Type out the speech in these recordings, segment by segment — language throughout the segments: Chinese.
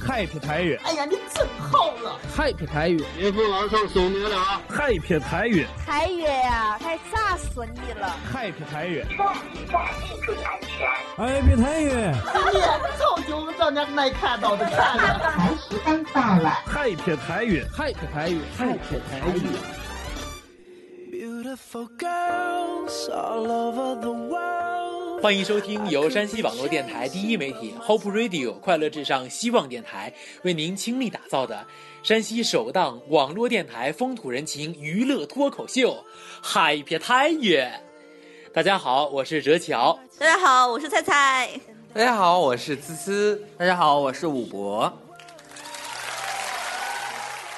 Happy 台语哎呀，你真好啊了！ ，Happy 台语您是晚上收明了啊？ ，Happy 台语彩月呀，太炸死你了！ ，Happy 台语哎，别太远，你也早就让人家没看到的看了。 ，Happy 台语，Happy 台语，Happy 台语。欢迎收听由山西网络电台第一媒体 Hope Radio 快乐至上希望电台为您倾力打造的山西首档网络电台风土人情娱乐脱口秀《嗨撇太远》。大家好，我是哲乔。大家好，我是菜菜。大家好，我是思思。大家好，我是武博。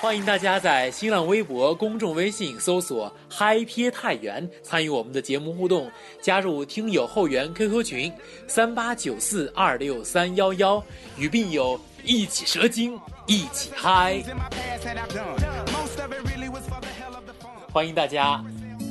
欢迎大家在新浪微博、公众微信搜索“嗨撇太原”，参与我们的节目互动，加入听友后援 QQ 群三八九四二六三幺幺，与病友一起蛇精，一起嗨！欢迎大家。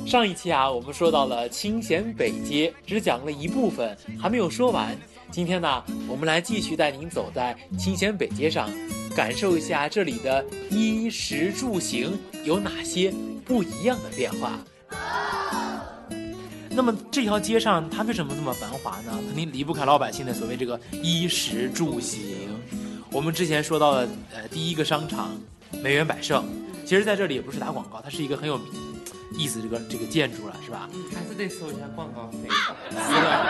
上一期啊，我们说到了清咸北街，只讲了一部分，还没有说完。今天呢，我们来继续带您走在清咸北街上，感受一下这里的衣食住行有哪些不一样的变化。那么这条街上它为什么这么繁华呢？肯定离不开老百姓的所谓这个衣食住行。我们之前说到的，呃，第一个商场美元百盛，其实在这里也不是打广告，它是一个很有意思这个这个建筑了，是吧？还是得收一下广告哎费。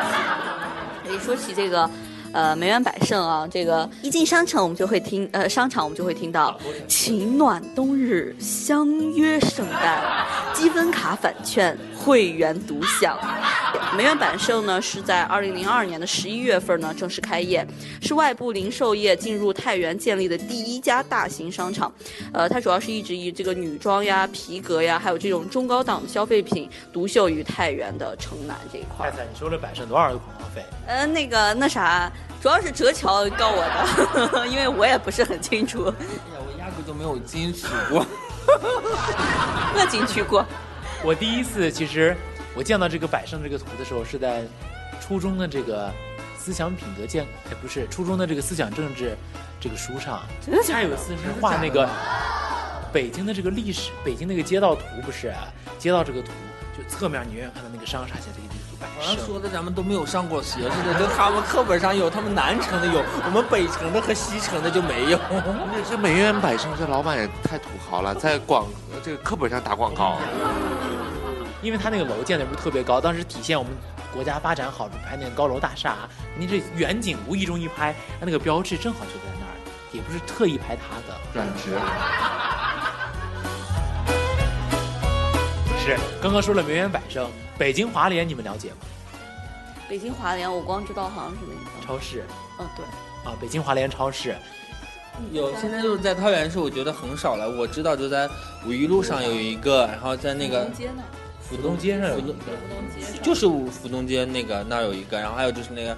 一说起这个，呃，梅园百盛啊，这个一进商场我们就会听，呃，商场我们就会听到“晴暖冬日，相约圣诞”，积分卡返券，会员独享。梅园百盛呢是在二零零二年的十一月份呢正式开业，是外部零售业进入太原建立的第一家大型商场。呃，它主要是一直以这个女装呀、皮革呀，还有这种中高档的消费品独秀于太原的城南这一块太儿。太，你收了百盛多少个广告费？呃，那个那啥，主要是哲桥告我的，因为我也不是很清楚， 哎呀，我压根都没有进去 过。我进去过。我第一次其实我见到这个百盛这个图的时候，是在初中的这个思想品德建，哎，不是初中的这个思想政治这个书上，真的他有一次是画那个北京的这个历史，北京那个街道图不是、街道这个图，就侧面你远远看到那个商厦写的一个地图百好像盛。 说的咱们都没有上过学似的，跟他们课本上有，他们南城的有，我们北城的和西城的就没有。那这美元百盛这老板也太土豪了，在广这个课本上打广告。因为它那个楼建的不是特别高，当时体现我们国家发展好，拍那个高楼大厦啊，你这远景无意中一拍，它那个标志正好就在那儿，也不是特意拍它的。转职，是，刚刚说了梅园百盛，北京华联你们了解吗？北京华联，我光知道好像是那个，超市嗯，对，啊，北京华联超市， 有，现在就是在太原市，我觉得很少了。我知道就在五一路上有一个，然后在那个东街呢，浦浦东街上有浦一个东，东街上就是浦东街那个那儿有一个，然后还有就是那个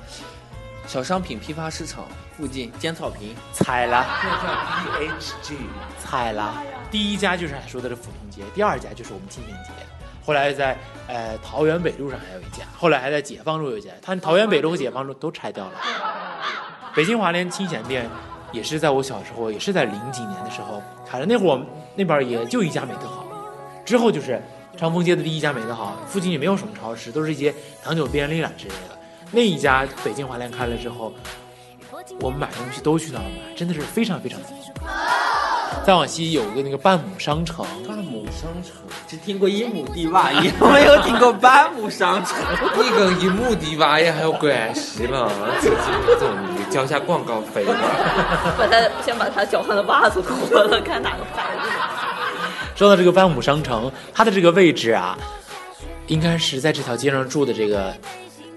小商品批发市场附近尖草坪。踩了，那叫 BHG，踩了。第一家就是俺说的这浦东街，第二家就是我们清泉街，后来在呃桃园北路上还有一家，后来还在解放路有一家，它桃园北路和解放路都拆掉了。北京华联清泉店也是在我小时候，也是在零几年的时候开的，那会儿我们那边也就一家美特好，之后就是长风街的第一家美特好，附近也没有什么超市，都是一些糖酒便利啦之类的。那一家北京华联开了之后，我们买东西都去那儿买，真的是非常非常丰富。再往西有一个那个半亩商城，半亩商城，只听过一亩地吧，也没有听过半亩商城。一个一亩地吧，也还有关系嘛？这这种你交下广告费吧。把它先把它脚上的袜子脱了，看哪个牌子。说到这个班姆商城，它的这个位置啊，应该是在这条街上住的这个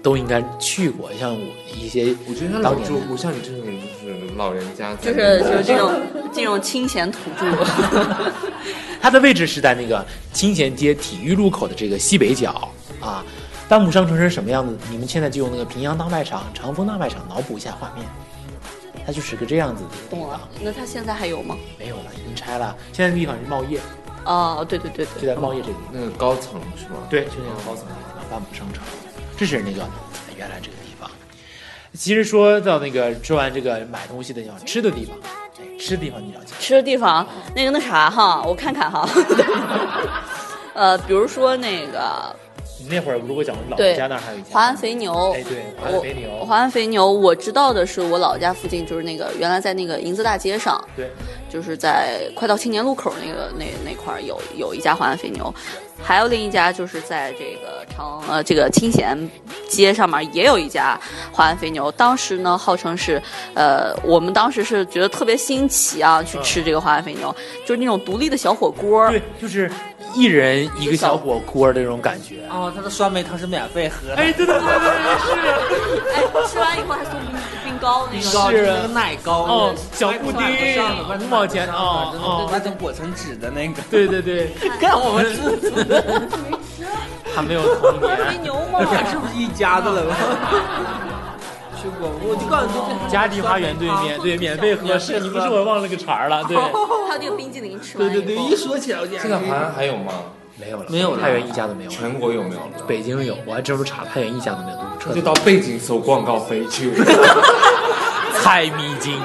都应该去过，像我一些我觉得老当年住户像你这种就是老人家，就是就是这种这种清闲土著，它的位置是在那个清贤街体育路口的这个西北角啊。班姆商城是什么样子？你们现在就用那个平阳大卖场、长丰大卖场脑补一下画面，它就是个这样子的一个地懂方了。。那它现在还有吗？没有了，已经拆了。现在的地方是茂业，哦，对对对就对，在茂业这里。那个高层是吗？对，就那个高层的地方，万亩商城，这是那个原来这个地方。其实说到那个说完这个买东西的地方，吃的地方，对，吃的地方你了解。吃的地方，那个那啥哈，我看看哈。 呃，比如说那个你那会儿如果讲老对家那儿还有一家华安肥牛，哎对华安肥牛我华安肥牛，我知道的是我老家附近，就是那个原来在那个银子大街上，对，就是在快到青年路口那个那那块儿有有一家华安肥牛，还有另一家就是在这个长呃这个清贤街上面也有一家华安肥牛。当时呢，号称是呃我们当时是觉得特别新奇啊，去吃这个华安肥牛，就是那种独立的小火锅，嗯对，就是一人一个小火锅的那种感觉。哦，他的酸梅汤是免费喝的，哎，对对对对对，是。哎，吃完以后还送冰冰糕那个。糕是那个奶糕，哦，小布丁上了，五毛钱哦把哦，它裹成纸的那个，对对对，看我们是还没有童肥年。牛嘛，是不是一家子了吗？去过，我就告诉你，嘉地花园对面，对，免费喝，是你们是我忘了个茬儿了，对，还有这个冰激凌吃完以后，说起来我就现在华安还有吗？没有了，没有了太原一家都没有了，全国有没有了？北京有，我还专门查太原一家都没有，都那撤就走。到背景搜广告飞去。 猜谜精，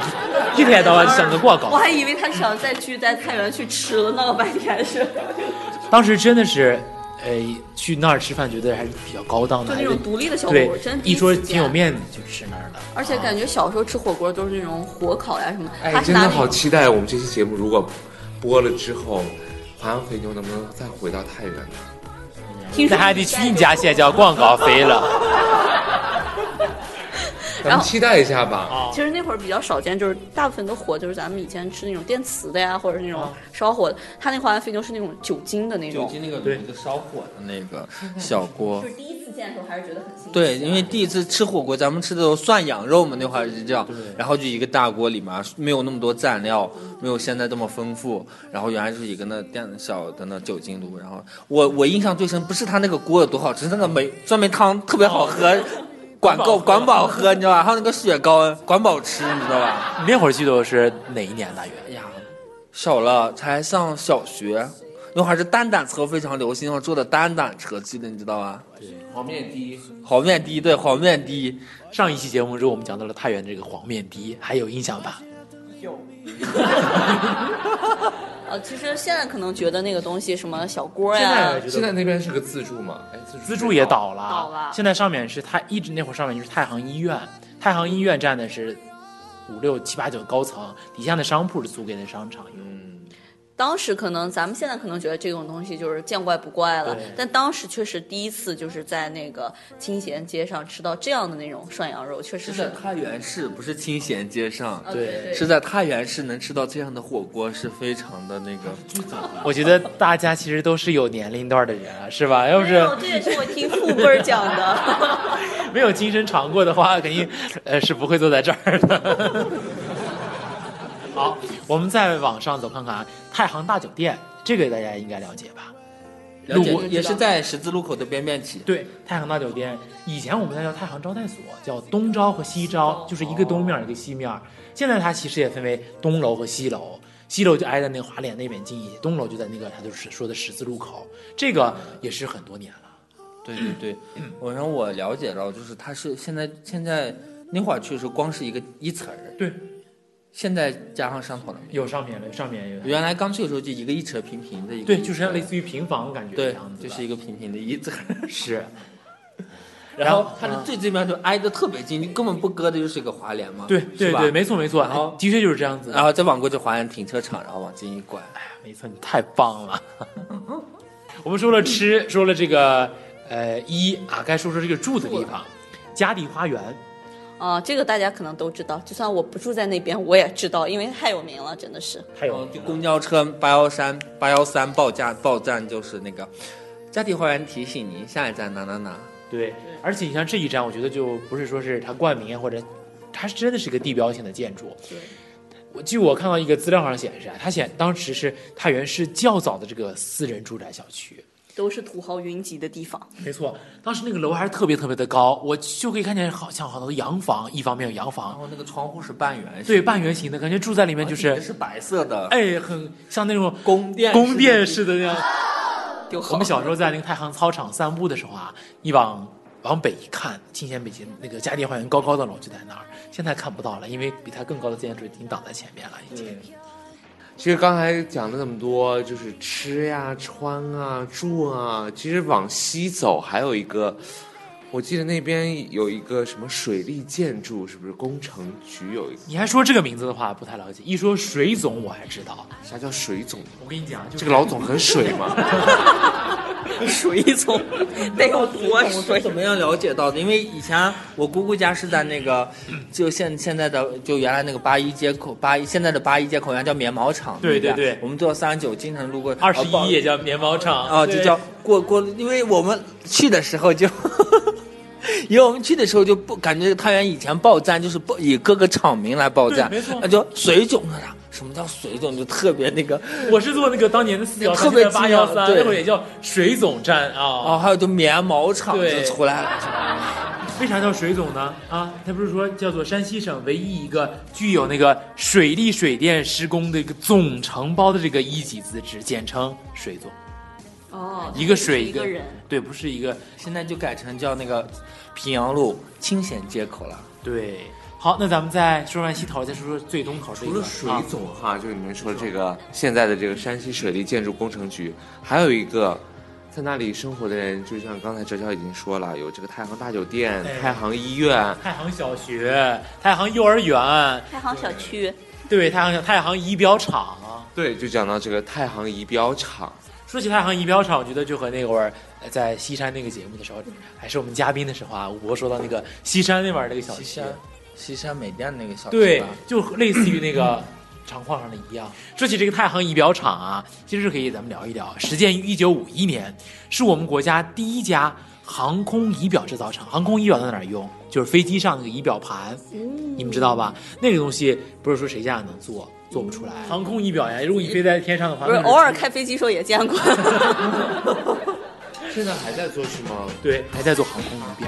一天到晚想着广我告，还以为他想再去在太原去吃了，闹了半天是 当时真的是，呃，去那儿吃饭觉得还是比较高档的，就还那是种独立的小火对锅，真的，第一一说次挺见有。面子，就吃那儿了。而且感觉小时候吃火锅都是那种火烤呀什么，哎他，是真拿的那好期待我们这期节目如果播了之后，华安肥牛能不能再回到太原呢？听说那还得去你家先交广告费了。咱们期待一下吧。其实那会儿比较少见，就是大部分的火就是咱们以前吃那种电磁的呀，或者是那啊种烧火的。他那华安肥牛是那种酒精的那酒种，精那个有一个烧火的那个小锅就。是第一次见的时候还是觉得很新鲜。对，因为第一次吃火锅，咱们吃的都涮羊肉嘛，那会儿是这样，然后就一个大锅里嘛，没有那么多蘸料，没有现在这么丰富，然后原来就是一个那电小的那酒精炉，然后我我印象最深不是它那个锅有多好吃，是那个梅酸梅汤特别好喝，管够管饱喝，你知道吧？还有那个雪糕管饱吃，你知道吧？你那会儿去都是哪一年大约？哎呀，小了才上小学，那会儿是蛋蛋车非常流行，我坐的蛋蛋车去的，你知道吧？黄面的，黄面的，对，黄面的。上一期节目中我们讲到了太原这个黄面的，还有印象吧？呃，其实现在可能觉得那个东西什么小锅现呀在，现在那边是个自助嘛？哎，自助也倒。倒了，倒了现在上面是太一直那会儿上面就是太行医院，太行医院占的是五六七八九高层，底下的商铺是租给那商场用。当时可能咱们现在可能觉得这种东西就是见怪不怪了对，但当时确实第一次就是在那个清闲街上吃到这样的那种涮羊肉，确是实是在太原市，不是清闲街上，啊对对是在太原市能吃到这样的火锅，是非常的那个。我觉得大家其实都是有年龄段的人啊，是吧？要不没是有，这也是我听父辈儿讲的。 没有亲身尝过的话，肯定呃是不会坐在这儿的。 好，我们再往上走看看啊，太行大酒店，这个大家应该了解吧？了解路过也是在十字路口的边边起。对，太行大酒店，以前我们那叫太行招待所，叫东招和西招，就是一个东面儿一个西面儿。现在它其实也分为东楼和西楼，西楼就挨在那个华联那边近一些，东楼就在那个它就是说的十字路口，这个也是很多年了。对对对，嗯我让我了解到，就是它是现在现在那会儿去的时候，光是一个一层儿，对，现在加上上头了没有？有上面了，上面有，原来刚去的时候就一个一尺平平的一个，对，就是类似于平房感觉的对样，子就吧，是一个平平的一层 儿。是。然然后后它的嗯最这边就挨得特别近，你根本不隔的就是一个华联嘛，对是对吧对，没错没错，后啊的确就是这样子。然后再往过去华安停车场，然后往进一拐，没错，你太棒了。 我们说了吃，说了这个呃一啊，该说说这个住的地方，嘉地花园。啊，这个大家可能都知道，就算我不住在那边，我也知道，因为太有名了，真的是。还然有后就公交车八幺三八幺三报价报站就是那个嘉地花园提醒您下一站哪哪哪。对，而且你像这一站，我觉得就不是说是它冠名啊或者，它是真的是个地标性的建筑。对我据我看到一个资料上显示啊，它显当时是太原市较早的这个私人住宅小区。都是土豪云集的地方，没错，当时那个楼还是特别特别的高，我就可以看见好像好多洋房，一方面有洋然房，后那个窗户是半圆，对，半圆形的感觉，住在里面形，就底是下是白色的，哎，很像那种宫殿哦宫殿式的那样。就好我们小时候在那个太行操场散步的时候啊，一往往北一看，进贤北街那个家电花园高高的楼就在那儿，现在看不到了，因为比它更高的建筑已经挡在前面了，已经。其实刚才讲了那么多，就是吃呀、穿啊、住啊。其实往西走还有一个，我记得那边有一个什么水利建筑，是不是工程局有一个？你还说这个名字的话不太了解，一说水总我还知道。啥叫水总？我跟你讲，就是这个老总很水嘛。水总得有多我是水？怎么样了解到的？因为以前我姑姑家是在那个，就现现在的就原来那个八一街口，八一现在的八一街口原来叫棉毛厂，对不对对我们坐三十九经常路过二十啊不好一也叫棉毛厂啊，就叫过过，因为我们去的时候就。 因为我们去的时候就不感觉太原以前报站就是报以各个厂名来报站，对没错那就水肿的啦。什么叫水肿？就特别那个我是做那个当年的四幺特别八激幺昂三，对那会儿也叫水总站啊。哦，还有就棉毛厂就对出来了。为啥叫水总呢？啊，他不是说叫做山西省唯一一个具有那个水利水电施工的一个总承包的这个一级资质，简称水总。哦，一个水一个人，对，不是一个现在就改成叫那个平阳路清贤街口了。对。好，那咱们再说完西头，再说说最东口这除个了水啊总哈，就是你们说这个现在的这个山西水利建筑工程局，还有一个在那里生活的人，就像刚才哲霄已经说了，有这个太行大酒店、哎太行医院，太行小学、太行幼儿园，太行小区，对，太行小太行仪表厂。对，就讲到这个太行仪表厂。说起太行仪表厂，我觉得就和那会儿呃在西山那个节目的时候，还是我们嘉宾的时候啊，吴博说到那个西山那边儿那个小西区山，西山美店那个小区对吧，就类似于那个厂矿上的一样。说起这个太行仪表厂啊，其实是可以咱们聊一聊，始建于一九五一年，是我们国家第一家航空仪表制造厂。航空仪表在哪儿用？就是飞机上那个仪表哦盘，你们知道吧？那个东西不是说谁家也能做，做不出来。航空仪表呀，如果你飞在天上的话，不是那偶尔开飞机时候也见过。现在还在做是吗？对，还在做航空仪表。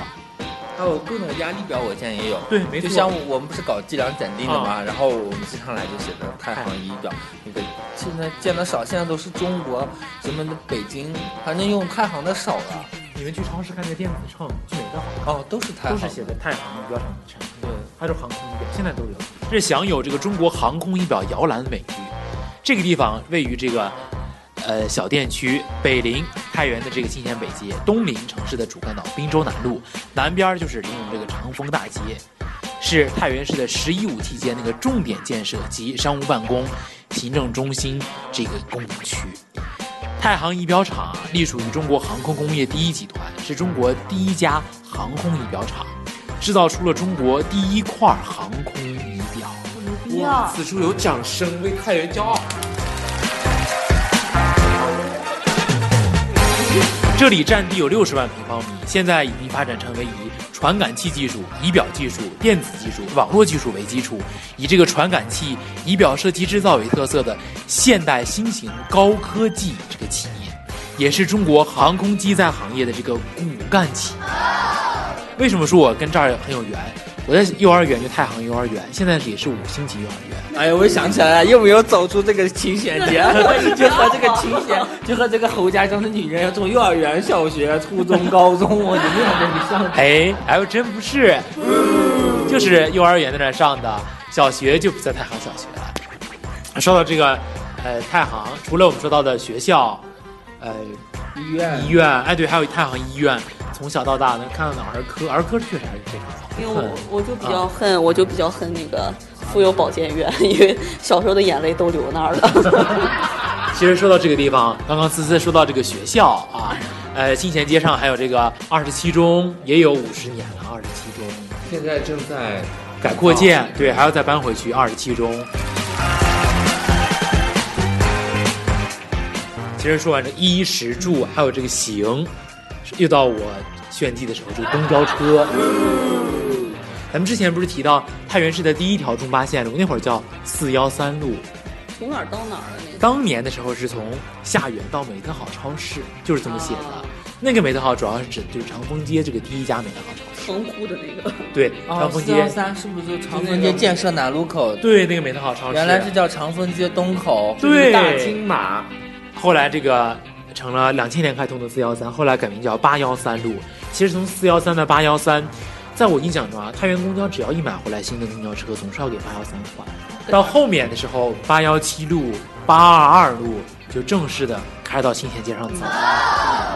还有各种哦压力表，我见也有。对没错就像我们不是搞计量检定的嘛，啊然后我们经常来就写的太行仪表，那个现在见的少，现在都是中国什么的北京，反正用太行的少了。你们去超市看那个电子秤，去哪个好看？哦，都是太都行，是写的太行仪表厂的产品，对，它是航空仪表，现在都有。这是享有这个中国航空仪表摇篮的美誉。这个地方位于这个呃小店区，北临太原的这个进贤北街，东临城市的主干道滨州南路，南边就是临我们这个长风大街。是太原市的“十一五”期间那个重点建设及商务办公、行政中心这个功能区。太行仪表厂隶属于中国航空工业第一集团，是中国第一家航空仪表厂，制造出了中国第一块航空仪表。呀，此处有掌声，为太原骄傲。这里占地有六十万平方米，现在已经发展成为以传感器技术、仪表技术、电子技术、网络技术为基础，以这个传感器、仪表设计制造为特色的现代新型高科技这个企业，也是中国航空机载行业的这个骨干企业。为什么说我跟这儿很有缘？我在幼儿园就太行幼儿园，现在也是五星级幼儿园。哎呀，我想起来了，又没有走出这个 清闲节，就和这个清闲，就和这个侯家庄的女人要从幼儿园、小学、初中、高中，我一定要跟你 上。哎，还又真不是，就是幼儿园在那儿上的，小学就不在太行小学了。说到这个，呃，太行除了我们说到的学校，呃，医院医院，哎，对，还有太行医院，从小到大能看到的儿科，儿科确实还是非常好。因为我我就比较恨，我就比较恨那个妇幼保健院， 因为小时候的眼泪都流那儿了。 其实说到这个地方，刚刚思思说到这个学校啊，呃，金贤街上还有这个啊二十七中，也有五十年了，二十七中。现在正在改扩哦建，对，还要再搬回去二十七中。其实说完这衣食住，还有这个行，又到我炫技的时候，这个公交车。哦咱们之前不是提到太原市的第一条中巴线路，那会儿叫四幺三路。从哪儿到哪儿的那个？当年的时候是从下园到美特好超市，就是这么写哦的。那个美特好主要是指就是长风街这个第一家美特好超市，横湖的那个，对，哦，长风四幺街，三是不是就长风街建设南路口？对，那个美特好超市原来是叫长风街东口。哦啊对大金马，后来这个成了两千年开通的四幺三，后来改名叫八幺三路，其实从四幺三到八幺三，在我印象中啊，太原公交只要一买回来新的公交车，总是要给八幺三换。到后面的时候，八幺七路、八二二路就正式的开到新田街上走。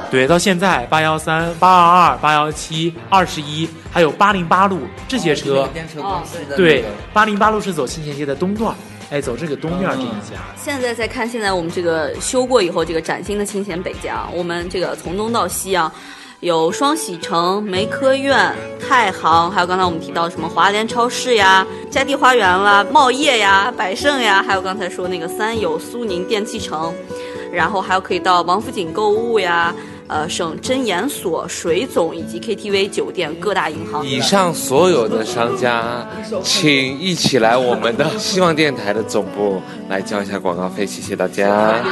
对，到现在八幺三、八二二、八幺七、二十一，还有八零八路这些车，电车公司的对，八零八路是走新田街的东段儿，哎，走这个东面儿这一家。现在再看，现在我们这个修过以后，这个崭新的清闲北街啊，我们这个从东到西啊，有双喜城、梅科苑、太行，还有刚才我们提到什么华联超市呀、嘉地花园啦、茂业呀、百盛呀，还有刚才说那个三友苏宁电器城，然后还有可以到王府井购物呀。呃，省真研所、水总以及 KTV 酒店、各大银行等等，以上所有的商家，请一起来我们的希望电台的总部来交一下广告费，谢谢大家。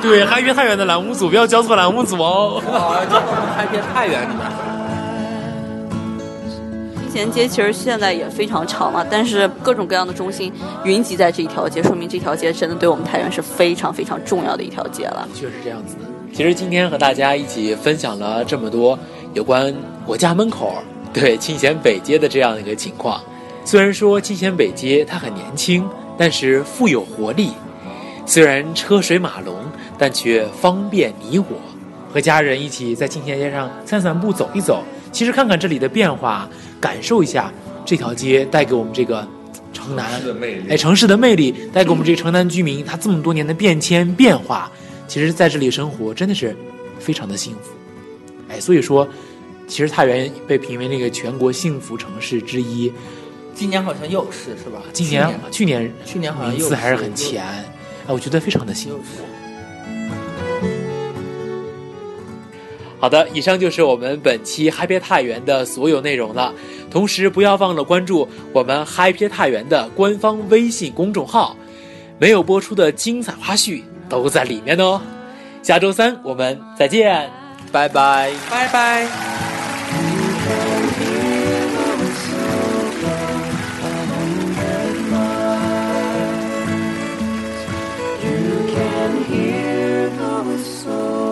对，还约太原的栏目组，不要交错栏目组哦。开遍太原里面。清闲街其实现在也非常长了，但是各种各样的中心云集在这一条街，说明这条街真的对我们太原是非常非常重要的一条街了。 确实这样子的。其实今天和大家一起分享了这么多有关我家门口对清闲北街的这样一个情况。虽然说清闲北街它很年轻，但是富有活力；虽然车水马龙，但却方便你我。和家人一起在清闲街上散散步、走一走，其实看看这里的变化，感受一下这条街带给我们这个城南的魅力哎，城市的魅力带给我们这个城南居民，他这么多年的变迁变化，其实在这里生活真的是非常的幸福。哎，所以说，其实太原被评为那个全国幸福城市之一，今年好像又是是吧？今年去年去年好像名又次还是很前，哎，我觉得非常的幸福。好的，以上就是我们本期嗨皮太原的所有内容了。同时，不要忘了关注我们嗨皮太原的官方微信公众号，没有播出的精彩花絮都在里面哦。下周三我们再见，拜拜。拜拜。 You can hear the whistle.